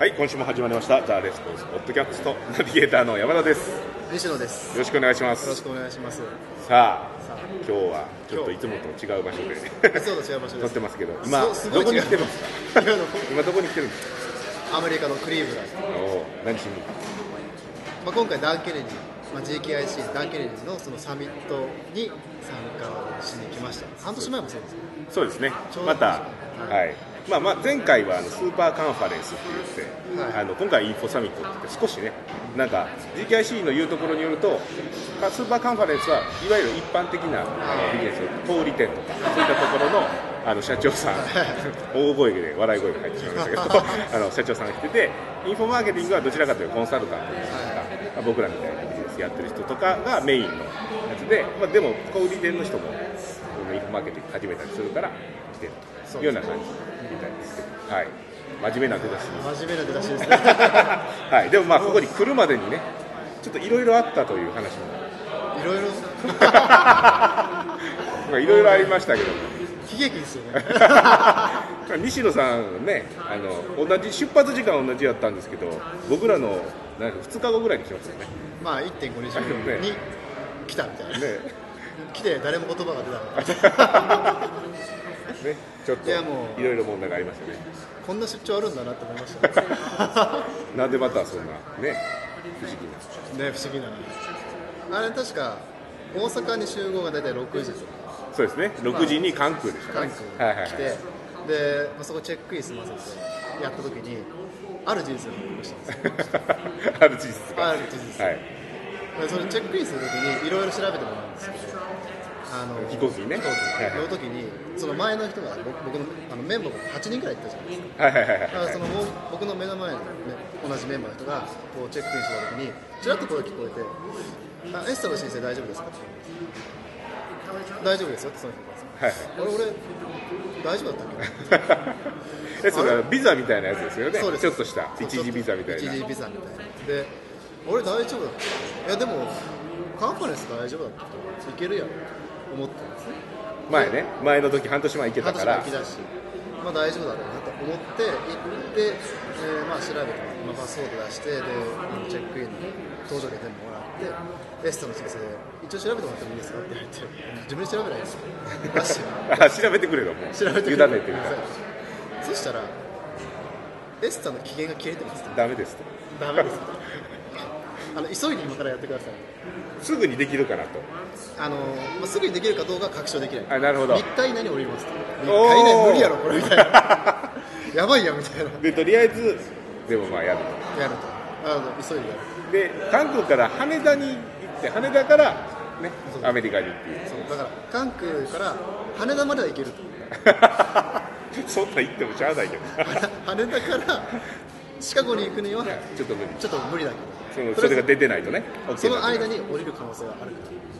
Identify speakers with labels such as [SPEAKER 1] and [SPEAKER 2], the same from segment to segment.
[SPEAKER 1] ー今週も始まりました、ザ・レスポンスポッドキャストナビゲーターの山田です。よ
[SPEAKER 2] 西野です。よ
[SPEAKER 1] ろしくお願いしま
[SPEAKER 2] ろし
[SPEAKER 1] す。
[SPEAKER 2] くお願いします。
[SPEAKER 1] さあ、
[SPEAKER 2] さ
[SPEAKER 1] 今日はちょっといつもと違う場所で
[SPEAKER 2] あ、そうだ違う場所
[SPEAKER 1] 撮
[SPEAKER 2] で
[SPEAKER 1] っ
[SPEAKER 2] す。
[SPEAKER 1] てますけど、今
[SPEAKER 2] そうすご
[SPEAKER 1] ど
[SPEAKER 2] い
[SPEAKER 1] こに
[SPEAKER 2] 違う
[SPEAKER 1] 来てますか
[SPEAKER 2] 今の
[SPEAKER 1] 今どこに来てるんですか
[SPEAKER 2] アメリカのクリーブランド。
[SPEAKER 1] おお何しに
[SPEAKER 2] まあ今回ダンケネディ、まあ GKIC ダンケネディのそのサミットに参加をしに来ました。半年前もそう ですね。
[SPEAKER 1] そうですね
[SPEAKER 2] ちょうど
[SPEAKER 1] また、は
[SPEAKER 2] はい
[SPEAKER 1] まあ、まあ前回はあのスーパーカンファレンスって言って、
[SPEAKER 2] は
[SPEAKER 1] あ
[SPEAKER 2] い
[SPEAKER 1] の今回インフォサミットって言って少しねなんか GKIC の言うところによるとかスーパーカンファレンスはいわゆる一般的なあのビジネスの小売店とかそういったところのあの社長さん大声で笑い声が入ってしまいましたけどあの社長さんが来ててインフォマーケティングはどちらかというとコンサルタントとか僕らみたいなビジネスやってる人とかがメインのやつで、まあ、でも小売店の人もこのインフォマーケティング始めたりするから来てるというような感じみたいですけど、はい、真面目な出だしです。
[SPEAKER 2] 真面目な出だしですね。い
[SPEAKER 1] はい、でもまあここに来るまでにね、ちょっといろいろあったという話も、
[SPEAKER 2] ろいろ
[SPEAKER 1] まあいろいろありましたけど、
[SPEAKER 2] 悲劇ですよね。
[SPEAKER 1] 西野さんね、あの同じ出発時間同じやったんですけど、僕らのなんか2日後ぐらいに来ました よね。
[SPEAKER 2] まあ1.5日後に来たみたいな。
[SPEAKER 1] ね
[SPEAKER 2] 来て誰も言葉が出なかった。
[SPEAKER 1] ね、ちょっと
[SPEAKER 2] いやもう
[SPEAKER 1] いろいろ問題がありましたね。
[SPEAKER 2] こんな出張あるんだなって思いましたね。
[SPEAKER 1] なんでまたそんなね、不思議な。
[SPEAKER 2] ね不思議な。あれ確か大阪に集合が大体6時とか。
[SPEAKER 1] そうですね、6時に関空でした
[SPEAKER 2] 韓
[SPEAKER 1] ね
[SPEAKER 2] 国。
[SPEAKER 1] はいはい
[SPEAKER 2] に来て、で、まあ、そこチェックイン済ませてやった時にある事実が起きましたんですよ
[SPEAKER 1] はい。 ある事実が。
[SPEAKER 2] ある事実
[SPEAKER 1] はい。
[SPEAKER 2] でそのチェックインする時にいろいろ調べてもらうんですけどあの
[SPEAKER 1] 飛行機ね
[SPEAKER 2] 飛行機
[SPEAKER 1] はいはい
[SPEAKER 2] 乗る時にその前の人が僕僕のあのメンバーが8人くらい行ったじゃない
[SPEAKER 1] はいはいはいはい
[SPEAKER 2] ですかだからそのもう僕の目の前の、ね、同じメンバーの人がこうチェックインした時にちらっと声聞こえて「あエスタの申請大丈夫ですか?」大丈夫ですよ」ってその人
[SPEAKER 1] はいは
[SPEAKER 2] が
[SPEAKER 1] い。
[SPEAKER 2] 言うんですよ俺俺大丈夫だったっけ?」
[SPEAKER 1] えそれはビザみたいなやつですよね
[SPEAKER 2] そうです
[SPEAKER 1] ちょっとした
[SPEAKER 2] そう
[SPEAKER 1] 一時ビザみたい
[SPEAKER 2] 一
[SPEAKER 1] な
[SPEAKER 2] 時ビザみたいなで俺大丈夫だったいやでもカンファレンス大丈夫だったといけるやんと思ったんですね
[SPEAKER 1] 前ね前の時半年前行けた
[SPEAKER 2] 半年
[SPEAKER 1] か
[SPEAKER 2] 前
[SPEAKER 1] ら
[SPEAKER 2] 行きだしまあ大丈夫だろうなと思って行って、えーまあ調べて、まあ、パスポート出してであのチェックインの搭乗券全部もらってエストの先生一応調べてもらってもいいですかって言われて自分で調べないですよ出して
[SPEAKER 1] あ調べてくれよもう
[SPEAKER 2] 調べて
[SPEAKER 1] 委ねてみたら
[SPEAKER 2] そうそしたらエスタの機嫌が切れてますと
[SPEAKER 1] ダメですと
[SPEAKER 2] ダメですよあの急いで今からやってください
[SPEAKER 1] すぐにできるかなと
[SPEAKER 2] あの、まあ、すぐにできるかどうかは確証できない
[SPEAKER 1] あなるほど
[SPEAKER 2] 3日以内に降りますと3
[SPEAKER 1] おー
[SPEAKER 2] 日以内無理やろこれみたいなやばいやみたいな
[SPEAKER 1] でとりあえずでもまあやると
[SPEAKER 2] やるとあの急いでやる
[SPEAKER 1] で韓国から羽田に行って羽田からね
[SPEAKER 2] そう
[SPEAKER 1] アメリカにっていう
[SPEAKER 2] そうだから関空から羽田までは行けると
[SPEAKER 1] そんな行ってもしゃあないけど
[SPEAKER 2] 羽田からシカゴに行くには
[SPEAKER 1] ちょっと無理
[SPEAKER 2] ちょっと無理だ
[SPEAKER 1] そ
[SPEAKER 2] け
[SPEAKER 1] の
[SPEAKER 2] ど
[SPEAKER 1] そ
[SPEAKER 2] とり
[SPEAKER 1] れが
[SPEAKER 2] あえず
[SPEAKER 1] 出てないとね
[SPEAKER 2] その間
[SPEAKER 1] に
[SPEAKER 2] に降りる可能性があるか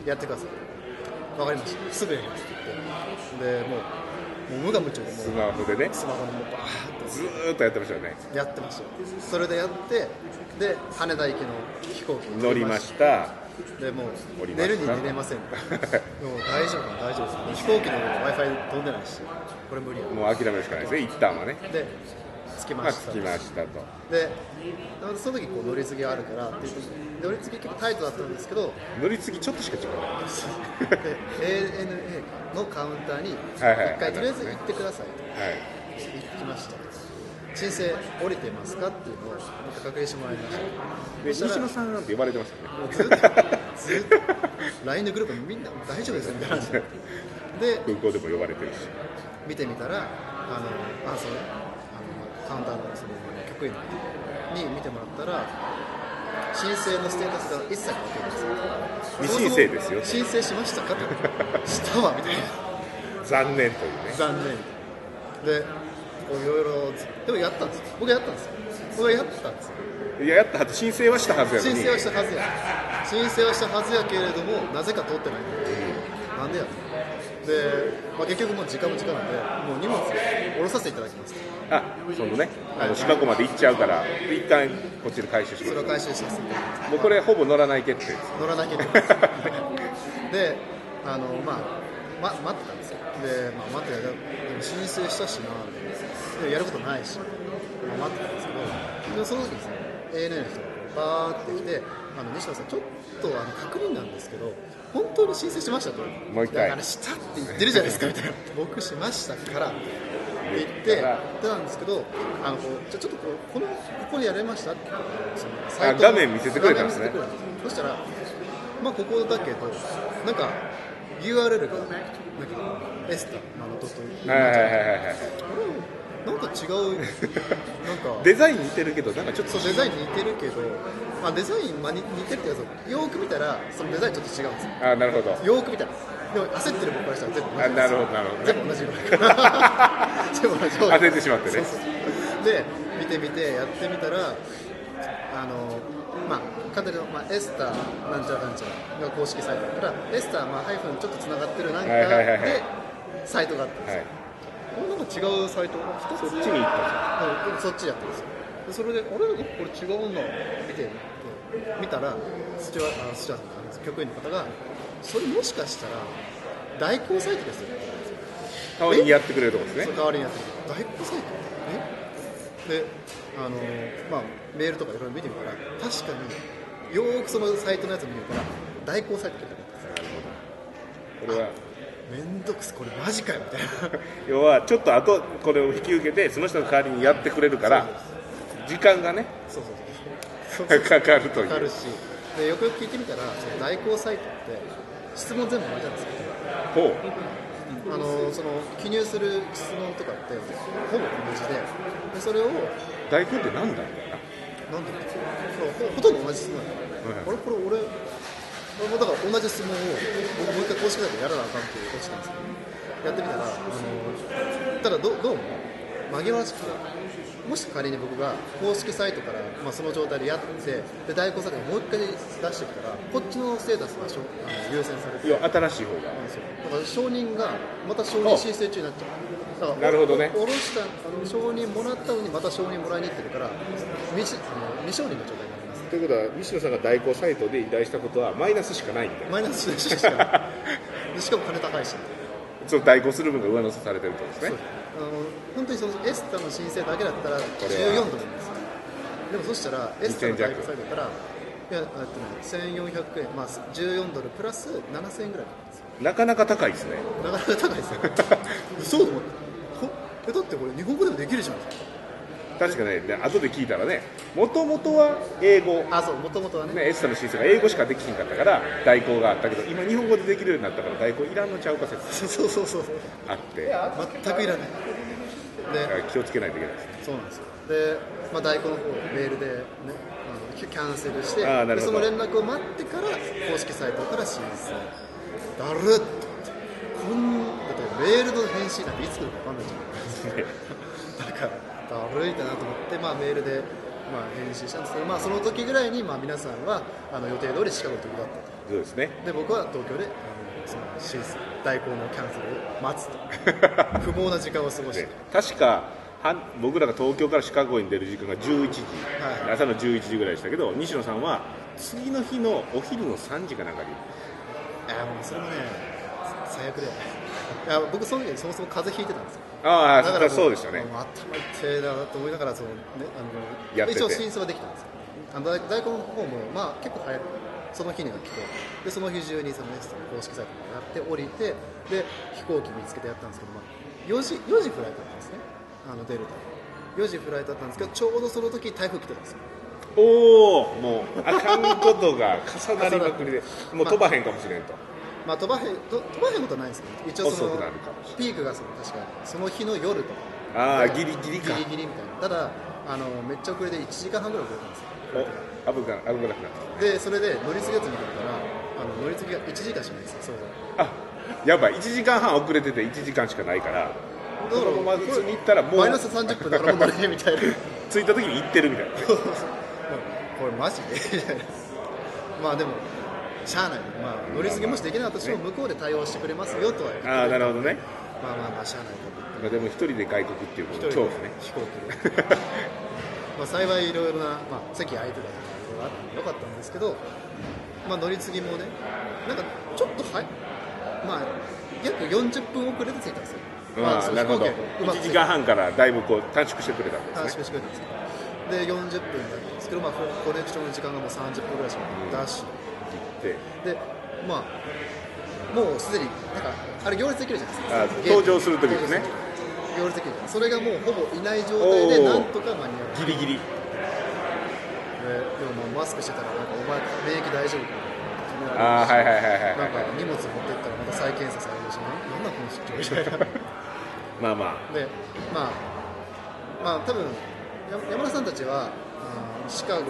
[SPEAKER 2] らやってくださいわかりましたすぐやりますって言ってでもうもう無我夢中でもう
[SPEAKER 1] スマホでね
[SPEAKER 2] スマホにもうバーッと
[SPEAKER 1] ずーっとやってましたよね
[SPEAKER 2] やってましたよそれでやってで羽田行きの飛行機に
[SPEAKER 1] 乗りました
[SPEAKER 2] でもう
[SPEAKER 1] 降りま
[SPEAKER 2] 寝る
[SPEAKER 1] した
[SPEAKER 2] に寝れま せんもう大丈夫かな大丈夫かな飛行機の w i f i 飛んでないしこれ無理や
[SPEAKER 1] もう諦めるしかないですね一旦はね
[SPEAKER 2] で着き
[SPEAKER 1] ま
[SPEAKER 2] ま
[SPEAKER 1] あ
[SPEAKER 2] した
[SPEAKER 1] 着きましたと
[SPEAKER 2] でその時こう乗り継ぎあるからって言って乗り継ぎ結構タイトだったんですけど
[SPEAKER 1] 乗り継ぎちょっとしか違う
[SPEAKER 2] で ANA のカウンターに一
[SPEAKER 1] はいはい
[SPEAKER 2] 回とりあえず行ってくださいと
[SPEAKER 1] はい
[SPEAKER 2] 行きました申請降りてますかっていうのを確認してもらいました
[SPEAKER 1] で西
[SPEAKER 2] そしたら
[SPEAKER 1] 野さんなんて呼ばれてましたね
[SPEAKER 2] もうずっと、ずっと、LINE のグループ、みんな大丈夫ですよみたいな話で、
[SPEAKER 1] 空港でも呼ばれてるし
[SPEAKER 2] 見てみたら、あのあそのあのカウンターのその局員の方に見てもらったら、申請のステータスが一切変わってないんですよ
[SPEAKER 1] 未申請ですよ
[SPEAKER 2] そもそも申請しましたかと、したわみたいな、
[SPEAKER 1] 残念というね
[SPEAKER 2] 残念で、こういろいろ、でもやったんですよ、僕やったんですよ、僕やったんですよ。
[SPEAKER 1] いややったはず申請はしたはずやの
[SPEAKER 2] 申
[SPEAKER 1] に
[SPEAKER 2] 請はしたはずや申請はしたはずやけれどもなぜか通ってないなんでやねんで、まあ、結局もう時間も時間なんでもう荷物を下ろさせていただきます
[SPEAKER 1] あそのねあのシカゴまで行っちゃうから一旦こっちで回収し
[SPEAKER 2] そ
[SPEAKER 1] ま
[SPEAKER 2] れを
[SPEAKER 1] す
[SPEAKER 2] 回収してます
[SPEAKER 1] も
[SPEAKER 2] も
[SPEAKER 1] うこれほぼ乗らない決定です
[SPEAKER 2] 乗らなきゃ いけないですであのまあ、ま、待ってたんですよで、まあ、待ってたでも申請したしなでもやることないし、まあ、待ってたんですけどでその時ですね ANA の人がバーって来てあの西野さんちょっとあの確認なんですけど本当に申請しましたと
[SPEAKER 1] もう一回
[SPEAKER 2] だからしたって言ってるじゃないですかみたいな僕しましたからって言って
[SPEAKER 1] 言ったら
[SPEAKER 2] 言ってたんですけどあのこうじゃあちょっとこうこのここでやれましたってそのサイトの
[SPEAKER 1] 画面見せてくれたんですね
[SPEAKER 2] 画面見せてくれたそしたらまあここだけどなんか URL がなんかエスタあのドット
[SPEAKER 1] はいはいはいはいはい
[SPEAKER 2] なんか違うなん か
[SPEAKER 1] デザイン似てるけどなんかちょっと
[SPEAKER 2] そうデザイン似てるけど、まあ、デザイン、まあ、に似てるってやつよーく見たらそのデザインちょっと違うんですよ
[SPEAKER 1] あなるほど
[SPEAKER 2] よーく見たらでも焦ってる僕からしたら全部同
[SPEAKER 1] あ
[SPEAKER 2] じ
[SPEAKER 1] なるほどなるほどね
[SPEAKER 2] 全部同じぐらい全部同じ
[SPEAKER 1] 焦ってしまってね
[SPEAKER 2] そうそうで見てみてやってみたらあのまあ簡単に、まあ、エスターなんちゃらなんちゃらが公式サイトだからエスター、まあ、ハイフンちょっとつながってるなんかで、
[SPEAKER 1] はいはいはいはい
[SPEAKER 2] サイトがあったんです
[SPEAKER 1] は
[SPEAKER 2] よ、
[SPEAKER 1] い
[SPEAKER 2] これなんか違うサイト一つ
[SPEAKER 1] そっちに行った
[SPEAKER 2] はいそっちやったんですよでそれであれなんかこれ違うな見て見たらスチュワあスチュワーさんです局員の方がそれもしかしたら代行サイトですよ
[SPEAKER 1] 代わりにやってくれるとこです
[SPEAKER 2] そ
[SPEAKER 1] ね
[SPEAKER 2] の代わりにやってる代行サイトえであのまあメールとかいろいろ見てみたら確かによーくそのサイトのやつ見るから代行サイトって書い
[SPEAKER 1] なるほど
[SPEAKER 2] てあっ
[SPEAKER 1] これは
[SPEAKER 2] ためんどくせこれマジかよみたいな
[SPEAKER 1] 要はちょっと後これを引き受けてその人の代わりにやってくれるから時間がね
[SPEAKER 2] そうそうそう
[SPEAKER 1] かかるとい
[SPEAKER 2] かかる
[SPEAKER 1] う
[SPEAKER 2] しでよくよく聞いてみたらその代行サイトって質問全部同じなんですよ
[SPEAKER 1] ほう
[SPEAKER 2] あのその記入する質問とかってほぼ同じででそれを
[SPEAKER 1] 大工ってなんだみたいな
[SPEAKER 2] なんていうのそうほほとんど同じ質問なのあれこれ俺俺もだから同じ質問を僕もう一回公式だとやらなあかんっていうことしたんですけどやってみたらあのただどどうも紛らわしくてもし仮に僕が公式サイトから、まあ、その状態でやってで代行サイトにもう一回出してきたらこっちのステータスがしょあの優先されて
[SPEAKER 1] 要は新しい方が
[SPEAKER 2] なんですよだから承認がまた承認申請中になっちゃうだから
[SPEAKER 1] なるほどね
[SPEAKER 2] おおろしたあの承認もらったのにまた承認もらいに行ってるから未しあの未承認の状態になります
[SPEAKER 1] ということは西野さんが代行サイトで依頼したことはマイナスしかないみたいな
[SPEAKER 2] マイナスしかな いしかも金高いし
[SPEAKER 1] その代行する分が上乗せされてるってことです
[SPEAKER 2] そう
[SPEAKER 1] ね
[SPEAKER 2] あの本当にそのエスタの申請だけだったら
[SPEAKER 1] れは
[SPEAKER 2] 14ドルなんですよでもそしたらエスタの代行サイトだからいやあえっとね1400円、まあ、14ドルプラス7000円ぐらいなんですよ
[SPEAKER 1] なかなか高いですね
[SPEAKER 2] なかなか高いで すよ嘘と思ってほえだってこれ日本語でもできるじゃん
[SPEAKER 1] 確かねで後で聞いたらねもともとは英語
[SPEAKER 2] あそうもともとはね
[SPEAKER 1] ね、エスタの申請が英語しかできひんかったから代行があったけど今日本語でできるようになったから代行いらんのちゃうか説
[SPEAKER 2] そうそうそうそう
[SPEAKER 1] あってだか
[SPEAKER 2] 全くいらないで
[SPEAKER 1] ら気をつけないといけないですね
[SPEAKER 2] そうなんですよで、まあ、代行の方メールで、ね、あのキャキャンセルして
[SPEAKER 1] あーなる
[SPEAKER 2] で
[SPEAKER 1] ほ
[SPEAKER 2] そ
[SPEAKER 1] ど
[SPEAKER 2] の連絡を待ってから公式サイトから申請だるっと思ってこんだってメールの返信なんていつ来るか分かんないじゃないですかだからだるいかなと思って、まあ、メールで、まあ、返信したんですけど、まあ、その時ぐらいに、まあ、皆さんはあの予定通りシカゴに飛び立ったと
[SPEAKER 1] そうですね
[SPEAKER 2] で僕は東京であのそのシーズン代行のキャンセルを待つと不毛な時間を過ごして
[SPEAKER 1] で確かはん僕らが東京からシカゴに出る時間が11時、
[SPEAKER 2] はい
[SPEAKER 1] 朝の11時ぐらいでしたけど西野さんは次の日のお昼の3時かなんかに
[SPEAKER 2] いやもうそれもね最悪でいや僕その時そもそも風邪ひいてたんですよ
[SPEAKER 1] ああ
[SPEAKER 2] だ
[SPEAKER 1] そ
[SPEAKER 2] も
[SPEAKER 1] そうでしたね
[SPEAKER 2] もう頭痛いなと思いながらその、ね、あ
[SPEAKER 1] やっ
[SPEAKER 2] の
[SPEAKER 1] てて
[SPEAKER 2] 一応申請はできたんですよあの大大根の方も、まあ、結構早くその日には来てでその日中にそのレストランの公式サイトにやって降りてで飛行機見つけてやったんですけど、まあ、4, 時4時フライトだったんですねあのデルタ4時フライトだったんですけどちょうどその時台風来てたんですよ
[SPEAKER 1] おおもうあかんことが重なりまくりでもう飛ばへんかもしれんと、
[SPEAKER 2] まあ、飛ばへんと飛ばへんことはないんですけど一応その
[SPEAKER 1] 遅くなるかもしれない
[SPEAKER 2] ピークがその確かその日の夜とか
[SPEAKER 1] ああ
[SPEAKER 2] だから
[SPEAKER 1] ギリギリか
[SPEAKER 2] ギリギリみたいなただあのめっちゃ遅れで1時間半ぐらい遅れたんですよ
[SPEAKER 1] お危な危なくなった
[SPEAKER 2] でそれで乗り継ぎやつ見てたらあの乗り継ぎが1時間しかないんですよそれぞれ
[SPEAKER 1] あやばい1時間半遅れてて1時間しかないから
[SPEAKER 2] だから
[SPEAKER 1] このまま普通に行ったらもう
[SPEAKER 2] マイナス30分だから戻れみ たいな
[SPEAKER 1] 着いた時に行ってるみたいな
[SPEAKER 2] これマジでみ たいなまあでもしゃあない、まあ、乗り継ぎもしできなかったとしても向こうで対応してくれますよとは言って
[SPEAKER 1] ああなるほどね
[SPEAKER 2] まあまあまあしゃあないと思って
[SPEAKER 1] まあでも一人で外国っていうこ
[SPEAKER 2] 一
[SPEAKER 1] の
[SPEAKER 2] 人
[SPEAKER 1] 恐
[SPEAKER 2] で
[SPEAKER 1] 怖ね
[SPEAKER 2] 飛行機で まあ幸いいろいろな、まあ、席空いてたりとかいろいろあってよかったんですけど、まあ、乗り継ぎもねなんかちょっとはいまあ約40分遅れで着いたんですよ、
[SPEAKER 1] まあ、
[SPEAKER 2] そう
[SPEAKER 1] なるほど
[SPEAKER 2] 飛行機がうまく
[SPEAKER 1] 1時間半からだいぶこう短縮してくれたんですね
[SPEAKER 2] 短縮してくれたんですけどで40分だったんですけど、まあ、こコネクションの時間がもう30分ぐらいしかだし、
[SPEAKER 1] で
[SPEAKER 2] でまあもうすでになんかあれ行列できるじゃないです
[SPEAKER 1] あ
[SPEAKER 2] か
[SPEAKER 1] 登場する時ですね
[SPEAKER 2] 行列できるじゃないそれがもうほぼいない状態で
[SPEAKER 1] おー
[SPEAKER 2] なんとか間に合う
[SPEAKER 1] ギリギリ
[SPEAKER 2] ででもまあマスクしてたらなんかお前免疫大丈夫かなって
[SPEAKER 1] ああはいはいはいはい
[SPEAKER 2] なん
[SPEAKER 1] はい
[SPEAKER 2] か荷物持ってったらまた再検査されるし、なんだこの出張みたいな。
[SPEAKER 1] まあま
[SPEAKER 2] で、まあ、まあ多分や山田さんたちは、うんシカゴ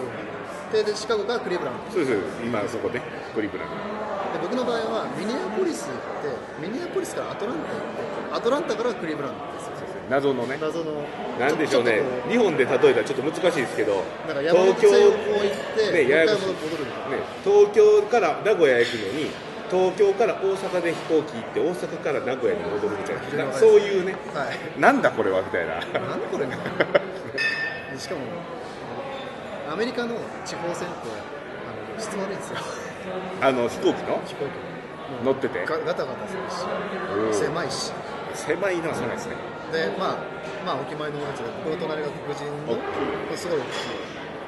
[SPEAKER 2] ででシカゴからクリーブラン
[SPEAKER 1] あそうです今そこでクリーブランド
[SPEAKER 2] ドで僕の場合はミネアポリス行ってミネアポリスからアトランタ行ってアトランタからクリーブランドですよ
[SPEAKER 1] そうです謎のね
[SPEAKER 2] 謎の
[SPEAKER 1] なんでしょうね
[SPEAKER 2] ちょっとこ
[SPEAKER 1] 日本で例えたらちょっと難しいですけど
[SPEAKER 2] うなんか山
[SPEAKER 1] 東
[SPEAKER 2] 手
[SPEAKER 1] 京
[SPEAKER 2] 線をこ
[SPEAKER 1] ね
[SPEAKER 2] う行って、
[SPEAKER 1] ねややこしい
[SPEAKER 2] も戻るみたいな
[SPEAKER 1] 東京から名古屋行くのに東京から大阪で飛行機行って大阪から名古屋に戻るみたいななんかそういうね
[SPEAKER 2] はい
[SPEAKER 1] なんだこれはみたいな
[SPEAKER 2] なんこれみたいなしかもアメリカの地方選ってあの質悪いんですよ
[SPEAKER 1] あの飛行機の
[SPEAKER 2] 飛行機も
[SPEAKER 1] 乗ってて
[SPEAKER 2] ガガタガタするし、
[SPEAKER 1] うん
[SPEAKER 2] 狭いし
[SPEAKER 1] 狭いのは狭いですね
[SPEAKER 2] でまあまあお決まりのやつでこの隣が黒人の
[SPEAKER 1] 大き
[SPEAKER 2] すごい大きい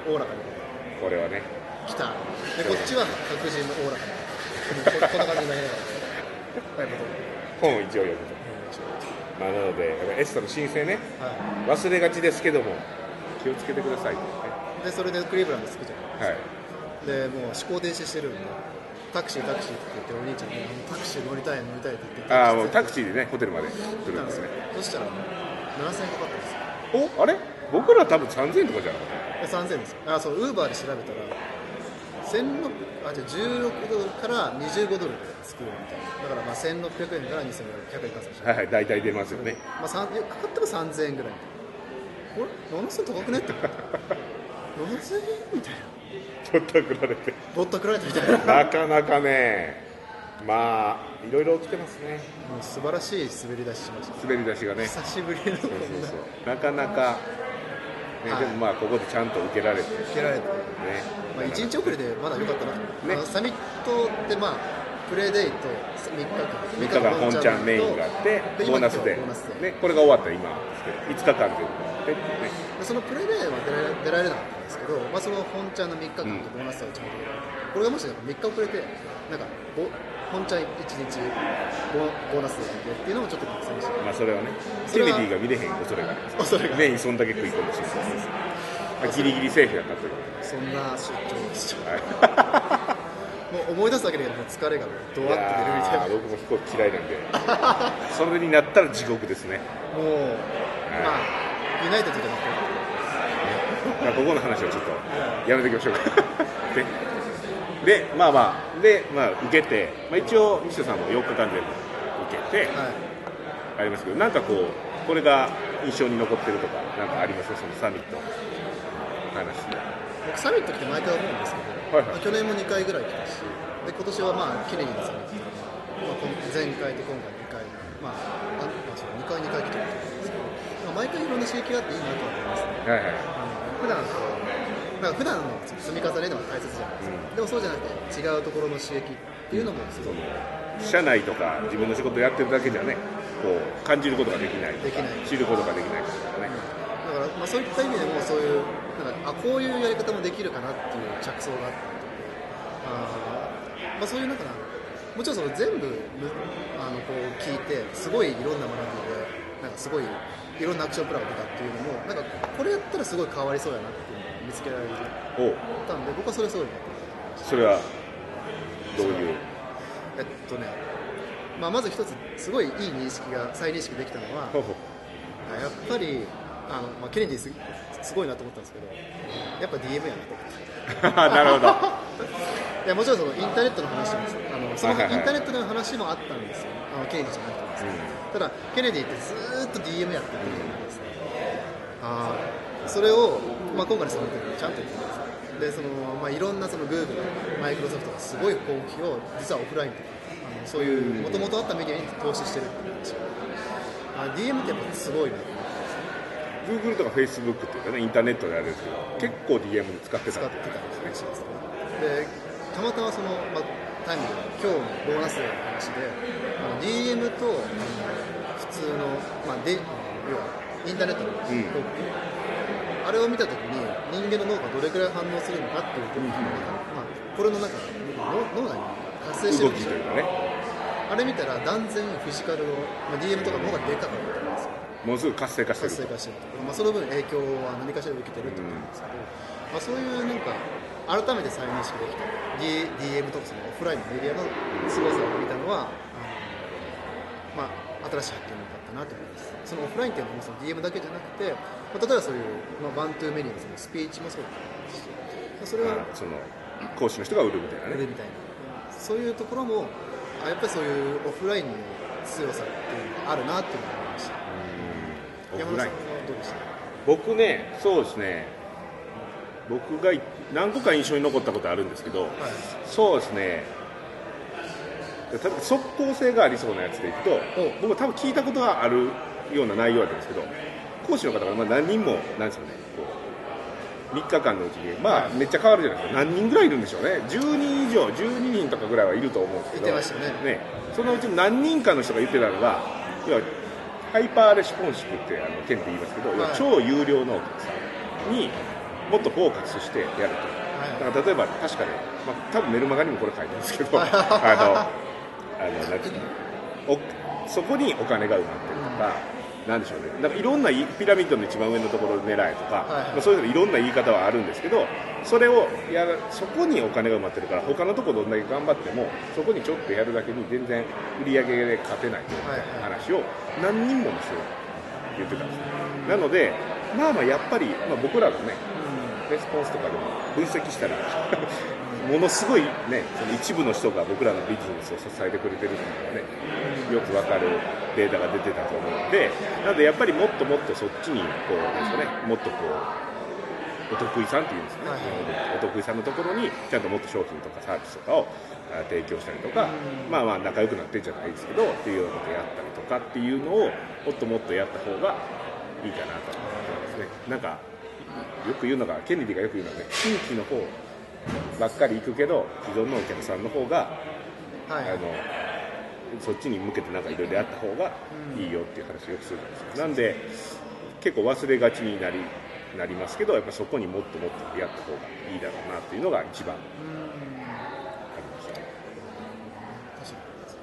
[SPEAKER 2] おおらかに
[SPEAKER 1] これはね
[SPEAKER 2] 来たでこっちは白人のおおらかにここんな感じになりながらはい
[SPEAKER 1] 本を一応読むと、
[SPEAKER 2] 戻
[SPEAKER 1] まあ、なのでやっぱエスタの申請ね
[SPEAKER 2] るは
[SPEAKER 1] 忘れがちですけども気をつけてくださいとね
[SPEAKER 2] いでそれでクリーブランド好きじゃない
[SPEAKER 1] はい
[SPEAKER 2] でもう思考停止してるんでタクシータクシーって言ってお兄ちゃんにもうタクシー乗りたい乗りたいって言って
[SPEAKER 1] ああもうタクシ
[SPEAKER 2] シ
[SPEAKER 1] ーでねホテルまで来
[SPEAKER 2] ー乗
[SPEAKER 1] る
[SPEAKER 2] った
[SPEAKER 1] ん
[SPEAKER 2] ん
[SPEAKER 1] で
[SPEAKER 2] です
[SPEAKER 1] す
[SPEAKER 2] よ
[SPEAKER 1] ね
[SPEAKER 2] そしたらね7000円か
[SPEAKER 1] おあ
[SPEAKER 2] かったんですよ
[SPEAKER 1] れ僕ら多分3000とかじゃなかっ
[SPEAKER 2] で3000ですあそうウーバーで調べたら16あじゃあ16ドルから25ドルで作るみたいなだからまあ1600円から2500円換算して、
[SPEAKER 1] たはいはい大体出ますよね
[SPEAKER 2] まあ、さんいやかかったら3000円ぐらいこれ7000高くねって思って7000円みたいな
[SPEAKER 1] ちょっと比べて
[SPEAKER 2] ぼったくられたみたいな
[SPEAKER 1] なかなかねまあいろいろ起きてますね
[SPEAKER 2] もう素晴らしい滑り出ししました
[SPEAKER 1] 滑り出しがねそう
[SPEAKER 2] 久しぶりのこん
[SPEAKER 1] そう
[SPEAKER 2] な
[SPEAKER 1] そうなかなか、ね
[SPEAKER 2] はい
[SPEAKER 1] でもまあここでちゃんと受けられてね、
[SPEAKER 2] 受けられてまあ、1日遅れでまだ良かったなと、
[SPEAKER 1] ね
[SPEAKER 2] あのサミットって、まあ、プレーデイと3日間、
[SPEAKER 1] 3日間本ちゃんメインがあって
[SPEAKER 2] で今
[SPEAKER 1] ボーナスで
[SPEAKER 2] 今日ボーナスデー
[SPEAKER 1] ね、これが終わった今ですけど5日間でね
[SPEAKER 2] でそのプレーデイは出られ出られなかったんですけど、まあ、その本ちゃんの3日間とボーナスデーをちょうど、これがもし3日遅れて、なんかボ、本ちゃん1日ボ、ボーナスデーでっていうのもちょっと苦戦して、
[SPEAKER 1] まあそれはね
[SPEAKER 2] そ
[SPEAKER 1] ケ
[SPEAKER 2] れ
[SPEAKER 1] ネ
[SPEAKER 2] は
[SPEAKER 1] ディが見れへん恐れがあります
[SPEAKER 2] 恐れが
[SPEAKER 1] メインそんだけ食い込むしまあギリギリセーフやったという
[SPEAKER 2] そんな出張でしょ、
[SPEAKER 1] はい
[SPEAKER 2] もう思い出すだけでもう疲れがもうドワッと出るみたいな、
[SPEAKER 1] やー僕も飛行機嫌い なんでそれになったら地獄ですね
[SPEAKER 2] もう、まあ、ユナイテッドでもこ
[SPEAKER 1] まあここの話はちょっとやめておきましょうか ででまあまあで、まあ、受けて、まあ、一応西田さんも4日間全部受けて
[SPEAKER 2] う、はい、
[SPEAKER 1] ありますけどなんかこうこれが印象に残ってるとかなんかありますそのサミットの話で
[SPEAKER 2] 僕、サミットって毎回思うんですけど、
[SPEAKER 1] はい
[SPEAKER 2] ま
[SPEAKER 1] は
[SPEAKER 2] あ
[SPEAKER 1] い
[SPEAKER 2] 去年も2回ぐらい来たし、で今年はまあ、ケネディのサミット、まあ、この前回と今回2回、まあ、あまあ、そう2回、2回来てると思うんですけど、まあ、毎回いろんな刺激があっていいなとは思いますね。
[SPEAKER 1] はいはい
[SPEAKER 2] 普段こうなんか普段の積み重ねでも大切じゃないですか、でもそうじゃなくて違うところの刺激っていうのもすごく
[SPEAKER 1] 社内とか自分の仕事やってるだけじゃねこう感じることができないと
[SPEAKER 2] でき
[SPEAKER 1] か
[SPEAKER 2] ない
[SPEAKER 1] 知ることができないからね、
[SPEAKER 2] だから、まあ、そういった意味でもそういうなんかあこういうやり方もできるかなっていう着想があったりとかあー、まあ、そういうなんかなもちろんその全部むあのこう聞いてすごいいろんな学びでなんかすごいいろんなアクションプランが出たっていうのもなんかこれやったらすごい変わりそうやなっていうのを見つけられ
[SPEAKER 1] おう
[SPEAKER 2] たんで僕はそれすごい
[SPEAKER 1] それはどういう
[SPEAKER 2] えっとね、まあ、まず一つすごいいい認識が再認識できたのは
[SPEAKER 1] ほうほう
[SPEAKER 2] やっぱりあの、まあ、ケネディすすごいなと思ったんですけどやっぱ DM やなと思って。
[SPEAKER 1] なるほど
[SPEAKER 2] いやもちろんそのインターネットの話もあのその
[SPEAKER 1] はいはいはい
[SPEAKER 2] インターネットの話もあったんですよ、あのケネディじゃなくてもですね、ただ、ケネディってずーっと DM やってるじゃないですか、あーそれを、まあ、今回のサミットでもちゃんと言ってますでその、まあ、いろんなその Google、マイクロソフトがすごい攻撃を実はオフラインで、あのそういうもともとあったメディアに投資してるっていう話あ DM ってやっぱすごいなと思って
[SPEAKER 1] Google とか Facebook っていうかねインターネットであれですけど結構 DM に使って
[SPEAKER 2] 使
[SPEAKER 1] た
[SPEAKER 2] っ
[SPEAKER 1] ってて
[SPEAKER 2] たかもしれないですねでたまたまその、まあ、タイムで今日のボーナスデーの話であの DM とあの普通の、まあ、で要はインターネットの広
[SPEAKER 1] ん
[SPEAKER 2] 告、あれを見たときに人間の脳がどれくらい反応するのかっていうと、まあ、これの中脳脳内に活性して
[SPEAKER 1] 動
[SPEAKER 2] るんで
[SPEAKER 1] き
[SPEAKER 2] す
[SPEAKER 1] と
[SPEAKER 2] よ
[SPEAKER 1] いうかね
[SPEAKER 2] あれ見たら断然フィジカルの、まあ、DM とかの方がでかかったんですよ
[SPEAKER 1] ものすごく活性化して
[SPEAKER 2] 活性
[SPEAKER 1] る
[SPEAKER 2] 化してると、まあ、その分影響は何かしら受けてるってことなんですけど、まあ、そういうなんか改めて再認識できた D DM とかそのオフラインのメディアのすごさを見たのはあの、まあ、新しい発見だったなと思いますそのオフラインっていうのもその DM だけじゃなくて、まあ、例えばそういう、まあ、バントゥーメディアのそのスピーチもそうだったし、まあ、それ
[SPEAKER 1] あ
[SPEAKER 2] は
[SPEAKER 1] その講師の人が売るみたいな
[SPEAKER 2] 売れ
[SPEAKER 1] ね
[SPEAKER 2] みたいなそういうところもあやっぱりそういうオフラインの強さっていうのがあるなっていうのを思いました
[SPEAKER 1] オ
[SPEAKER 2] 山
[SPEAKER 1] フ
[SPEAKER 2] 田
[SPEAKER 1] ラ
[SPEAKER 2] さ
[SPEAKER 1] イ
[SPEAKER 2] ん
[SPEAKER 1] ン
[SPEAKER 2] はどうでした
[SPEAKER 1] 僕ねそうですね僕がい何個か印象に残ったことあるんですけど、
[SPEAKER 2] はい
[SPEAKER 1] そうですね多分即効性がありそうなやつでいくと
[SPEAKER 2] お
[SPEAKER 1] 僕多分聞いたことがあるような内容だったんですけど講師の方がまあ何人もなんですかねこう3日間のうちにまあめっちゃ変わるじゃないですか何人ぐらいいるんでしょうね10人以上12人とかぐらいはいると思うんですけど
[SPEAKER 2] いてましたね
[SPEAKER 1] そのうちの何人かの人が言ってたのが要はハイパーレスポンシブってあの県で言いますけど、要は超有料農家さんにもっとフォーカスしてやると、
[SPEAKER 2] い
[SPEAKER 1] だから例えば確かね、まあ、多分メルマガにもこれ書いてるんですけ どあのあのなんていうのおそこにお金が埋まってるとか、なんでしょうねなんかいろんないピラミッドの一番上のところを狙えとか、
[SPEAKER 2] はいはい
[SPEAKER 1] まあそういうのいろんな言い方はあるんですけどそれをやらそこにお金が埋まってるから他のところどんだけ頑張ってもそこにちょっとやるだけに全然売り上げで勝てないという
[SPEAKER 2] はい
[SPEAKER 1] 話を何人もの人が言ってたんですなのでまあまあやっぱり、まあ、僕らがねレスポンスとかでも分析したら ものすごいねその一部の人が僕らのビジネスを支えてくれてるっていうのがねよくわかるデータが出てたと思うのでなのでやっぱりもっともっとそっちにこうなんですかねもっとこうお得意さんっていうんですかね、
[SPEAKER 2] はい
[SPEAKER 1] お得意さんのところにちゃんともっと商品とかサービスとかをあ提供したりとか、まあまあ仲良くなってんじゃないですけどっていうようなことやったりとかっていうのをもっともっとやった方がいいかなと思いますねなんかよく言うのがケネディがよく言うのがね新規の方ばっかり行くけど既存のお客さんの方が、
[SPEAKER 2] はい
[SPEAKER 1] あのそっちに向けてなんかいろいろやった方がいいよっていう話をよくするんですよ、なんで結構忘れがちになりなりますけどやっぱそこにもっともっとやった方がいいだろうなっていうのが一番ありますね
[SPEAKER 2] 確か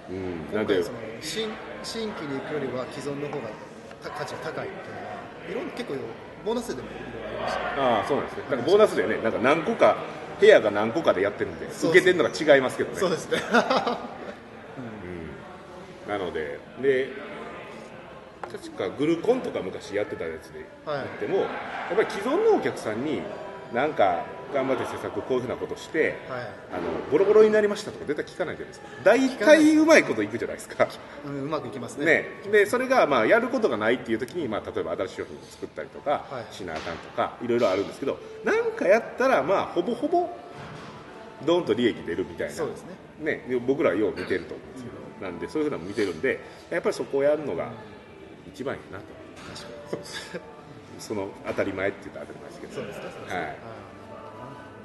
[SPEAKER 2] に
[SPEAKER 1] うんな
[SPEAKER 2] 今
[SPEAKER 1] んで
[SPEAKER 2] 回その新新規に行くよりは既存の方がた価値が高いっていうのはいろんな結構ボーナスでもいろいろありましたね
[SPEAKER 1] ああそうなんですねなんかボーナスでねなんか何個か部屋が何個かでやってるんで
[SPEAKER 2] そうそう
[SPEAKER 1] 受けてるのが違いますけどね
[SPEAKER 2] そうですね
[SPEAKER 1] なのでで確かグルコンとか昔やってたやつで
[SPEAKER 2] はい
[SPEAKER 1] やっても、やっぱり既存のお客さんになんか頑張って施策こういうふうなことして、
[SPEAKER 2] はい
[SPEAKER 1] あのボロボロになりましたとか絶対聞かないじゃないですか大
[SPEAKER 2] かない
[SPEAKER 1] 体うまいこといくじゃないですか
[SPEAKER 2] うんうまくいきますね
[SPEAKER 1] ね、でそれがまあやることがないっていう時に、まあ、例えば新しい商品を作ったりとか
[SPEAKER 2] はい
[SPEAKER 1] しなあかんとかいろいろあるんですけどなんかやったらまあほぼほぼドンと利益出るみたいな
[SPEAKER 2] そうですね
[SPEAKER 1] ね、で僕らはよう見てると思うんですけど、なんでそういうふうなのも見てるんでやっぱりそこをやるのが一番いいなと
[SPEAKER 2] 確かにそうですね
[SPEAKER 1] その当たり前って言ったら当たり前ですけど
[SPEAKER 2] そうですね
[SPEAKER 1] はい、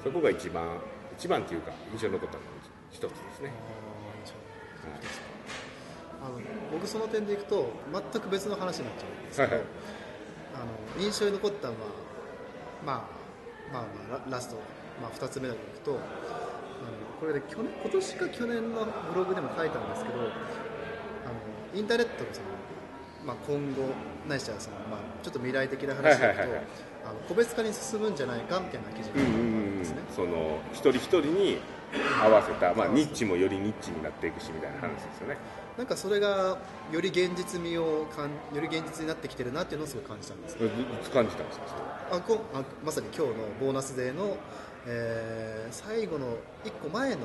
[SPEAKER 1] そこが一番一番っていうか印象に残ったのが一つですね、
[SPEAKER 2] あの僕その点でいくと全く別の話になっちゃうんですけ
[SPEAKER 1] は
[SPEAKER 2] ど
[SPEAKER 1] いはい
[SPEAKER 2] あの印象に残ったのは、まあ、まあまあララスト、まあ、2つ目だけいくとあのこれで去年今年か去年のブログでも書いたんですけどあのインターネットのその、まあ、今後ないしはその、まあ、ちょっと未来的な話だ
[SPEAKER 1] はいはい
[SPEAKER 2] けど
[SPEAKER 1] はいはい
[SPEAKER 2] あの個別化に進むんじゃないかみたいな記事が
[SPEAKER 1] うん
[SPEAKER 2] あ
[SPEAKER 1] う
[SPEAKER 2] っ
[SPEAKER 1] ん
[SPEAKER 2] たん
[SPEAKER 1] うん
[SPEAKER 2] ですね。
[SPEAKER 1] その一人一人に合わせた、まあ、ニッチもよりニッチになっていくしみたいな話ですよね
[SPEAKER 2] なんかそれがより現実味をかんより現実になってきてるなっていうのをすごい感じたんです
[SPEAKER 1] いつ感じたんですかそれは
[SPEAKER 2] あこあまさに今日のボーナスデーの、えー最後の1個前の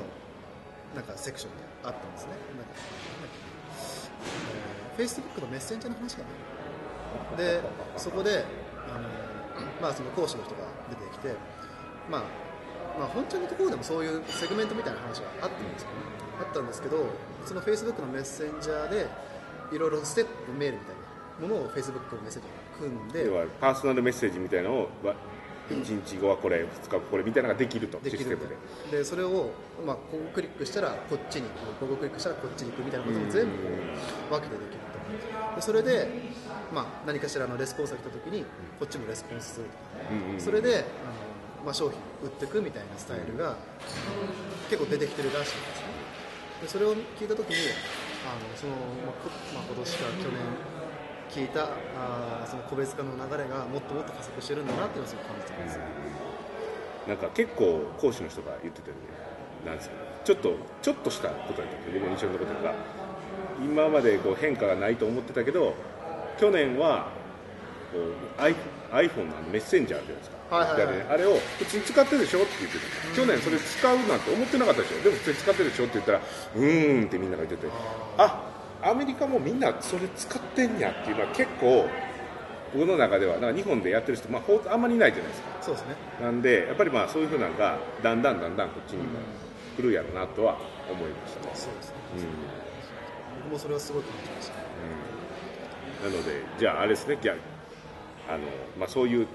[SPEAKER 2] なんかセクションであったんですねなんかなんだっけえー Facebook のメッセンジャーの話かなでそこで、あの まあ、その講師の人が出てきて、まあまあ、本当のところでもそういうセグメントみたいな話はあったんですけど、ね、あったんですけどその Facebook のメッセンジャーでいろいろステップメールみたいなものを Facebook のメッセンジャーが組んで
[SPEAKER 1] 要はパーソナルメッセージみたいなのをわ1日後はこれ2日後これみたいなのができると
[SPEAKER 2] で
[SPEAKER 1] シ
[SPEAKER 2] き
[SPEAKER 1] ス
[SPEAKER 2] る
[SPEAKER 1] テ
[SPEAKER 2] ん
[SPEAKER 1] ムで
[SPEAKER 2] ででそれを、まあ、ここクリックしたらこっちに行くここクリックしたらこっちに行くみたいなことも全部分けてできるとでそれで、まあ、何かしらのレスポンスが来た時にこっちもレスポンスするとか、それであの、まあ、商品売ってくみたいなスタイルが結構出てきてるらしいんですねでそれを聞いた時にあのその、まあこまあ、今年か去年聞いたあーその個別化の流れがもっともっと加速してるんだなっていうのをすごく感じてます、
[SPEAKER 1] なんか結構講師の人が言ってたよねなんですかちょっとちょっとしたことだったけど僕の印象のことが今までこう変化がないと思ってたけど去年はこう i- iPhone のあのメッセンジャーあるじゃないですか、
[SPEAKER 2] はいはいはい
[SPEAKER 1] であれあれを普通に使ってるでしょって言ってた、去年それ使うなんて思ってなかったでしょでも普通に使ってるでしょって言ったらうーんってみんなが言っててあアメリカもみんなそれ使ってんやっていうのは結構僕の中ではなんか日本でやってる人、まあほう、あんまりいないじゃないですか
[SPEAKER 2] そうですね
[SPEAKER 1] なんで、やっぱりまあそういうふうなのが、だんだんだんだんこっちにも来るやろうなとは思いましたね。
[SPEAKER 2] そうですね
[SPEAKER 1] うん
[SPEAKER 2] 僕もそれはすごい感じました
[SPEAKER 1] なので、じゃああれですね、ギャあのまあ、そういう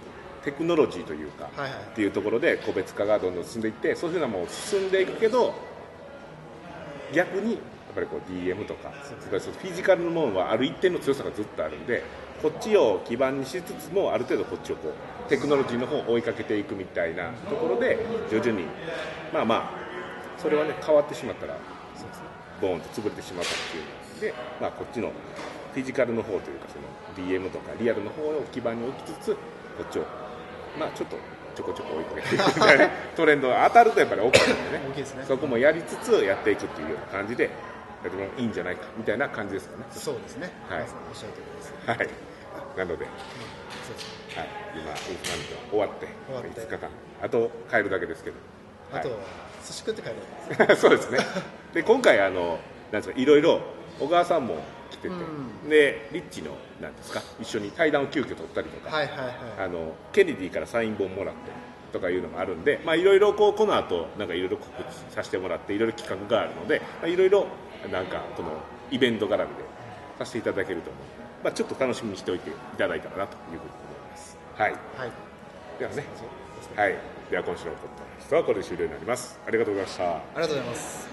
[SPEAKER 1] テクノロジーというか、
[SPEAKER 2] はいはい
[SPEAKER 1] っていうところで個別化がどんどん進んでいって、そういうふうなものも進んでいくけど、逆にやっぱりこう DM とか、それからそのフィジカルのものはある一定の強さがずっとあるんで、こっちを基盤にしつつも、ある程度こっちをこうテクノロジーの方を追いかけていくみたいなところで、徐々に、まあまあ、それはね、変わってしまったら、ボーンと潰れてしまったっていうので、まあ、こっちのフィジカルの方というか、その DM とかリアルの方を基盤に置きつつ、こっちを、まあ、ちょっとちょこちょこ追いかけていくみたいな ねトレンドが当たるとやっぱり大きいのでね。
[SPEAKER 2] 大きいですね
[SPEAKER 1] そこもやりつつやっていくっていうような感じで、やってもいいんじゃないかみたいな感じですかね。
[SPEAKER 2] そうですね
[SPEAKER 1] はい
[SPEAKER 2] まさにおっしゃる通りです
[SPEAKER 1] はい。なので、はい、
[SPEAKER 2] そうですね
[SPEAKER 1] 今、インスタント終わって、
[SPEAKER 2] 終わって
[SPEAKER 1] 5日間、あと帰るだけですけど。
[SPEAKER 2] あと
[SPEAKER 1] は
[SPEAKER 2] 寿司食って帰る
[SPEAKER 1] い そうですね。で、今回、あの、なんですか、いろいろ、小川さんも来てて、
[SPEAKER 2] う
[SPEAKER 1] で、リッチの、なんですか、一緒に対談を急遽取ったりとか、
[SPEAKER 2] はいはいは
[SPEAKER 1] あのケネディからサイン本もらってとかいうのもあるんで、まあ、いろいろこうこの後なんかいろいろ告知させてもらっていろいろ企画があるので、まあ、いろいろなんかこのイベント絡みでさせていただけると思う、まあ、ちょっと楽しみにしておいていただいたらなというふうに思いますはい
[SPEAKER 2] いはい
[SPEAKER 1] ではね
[SPEAKER 2] そうですね
[SPEAKER 1] はいでは今週のポッドキャストはこれで終了になりますありがとうございました
[SPEAKER 2] ありがとうございます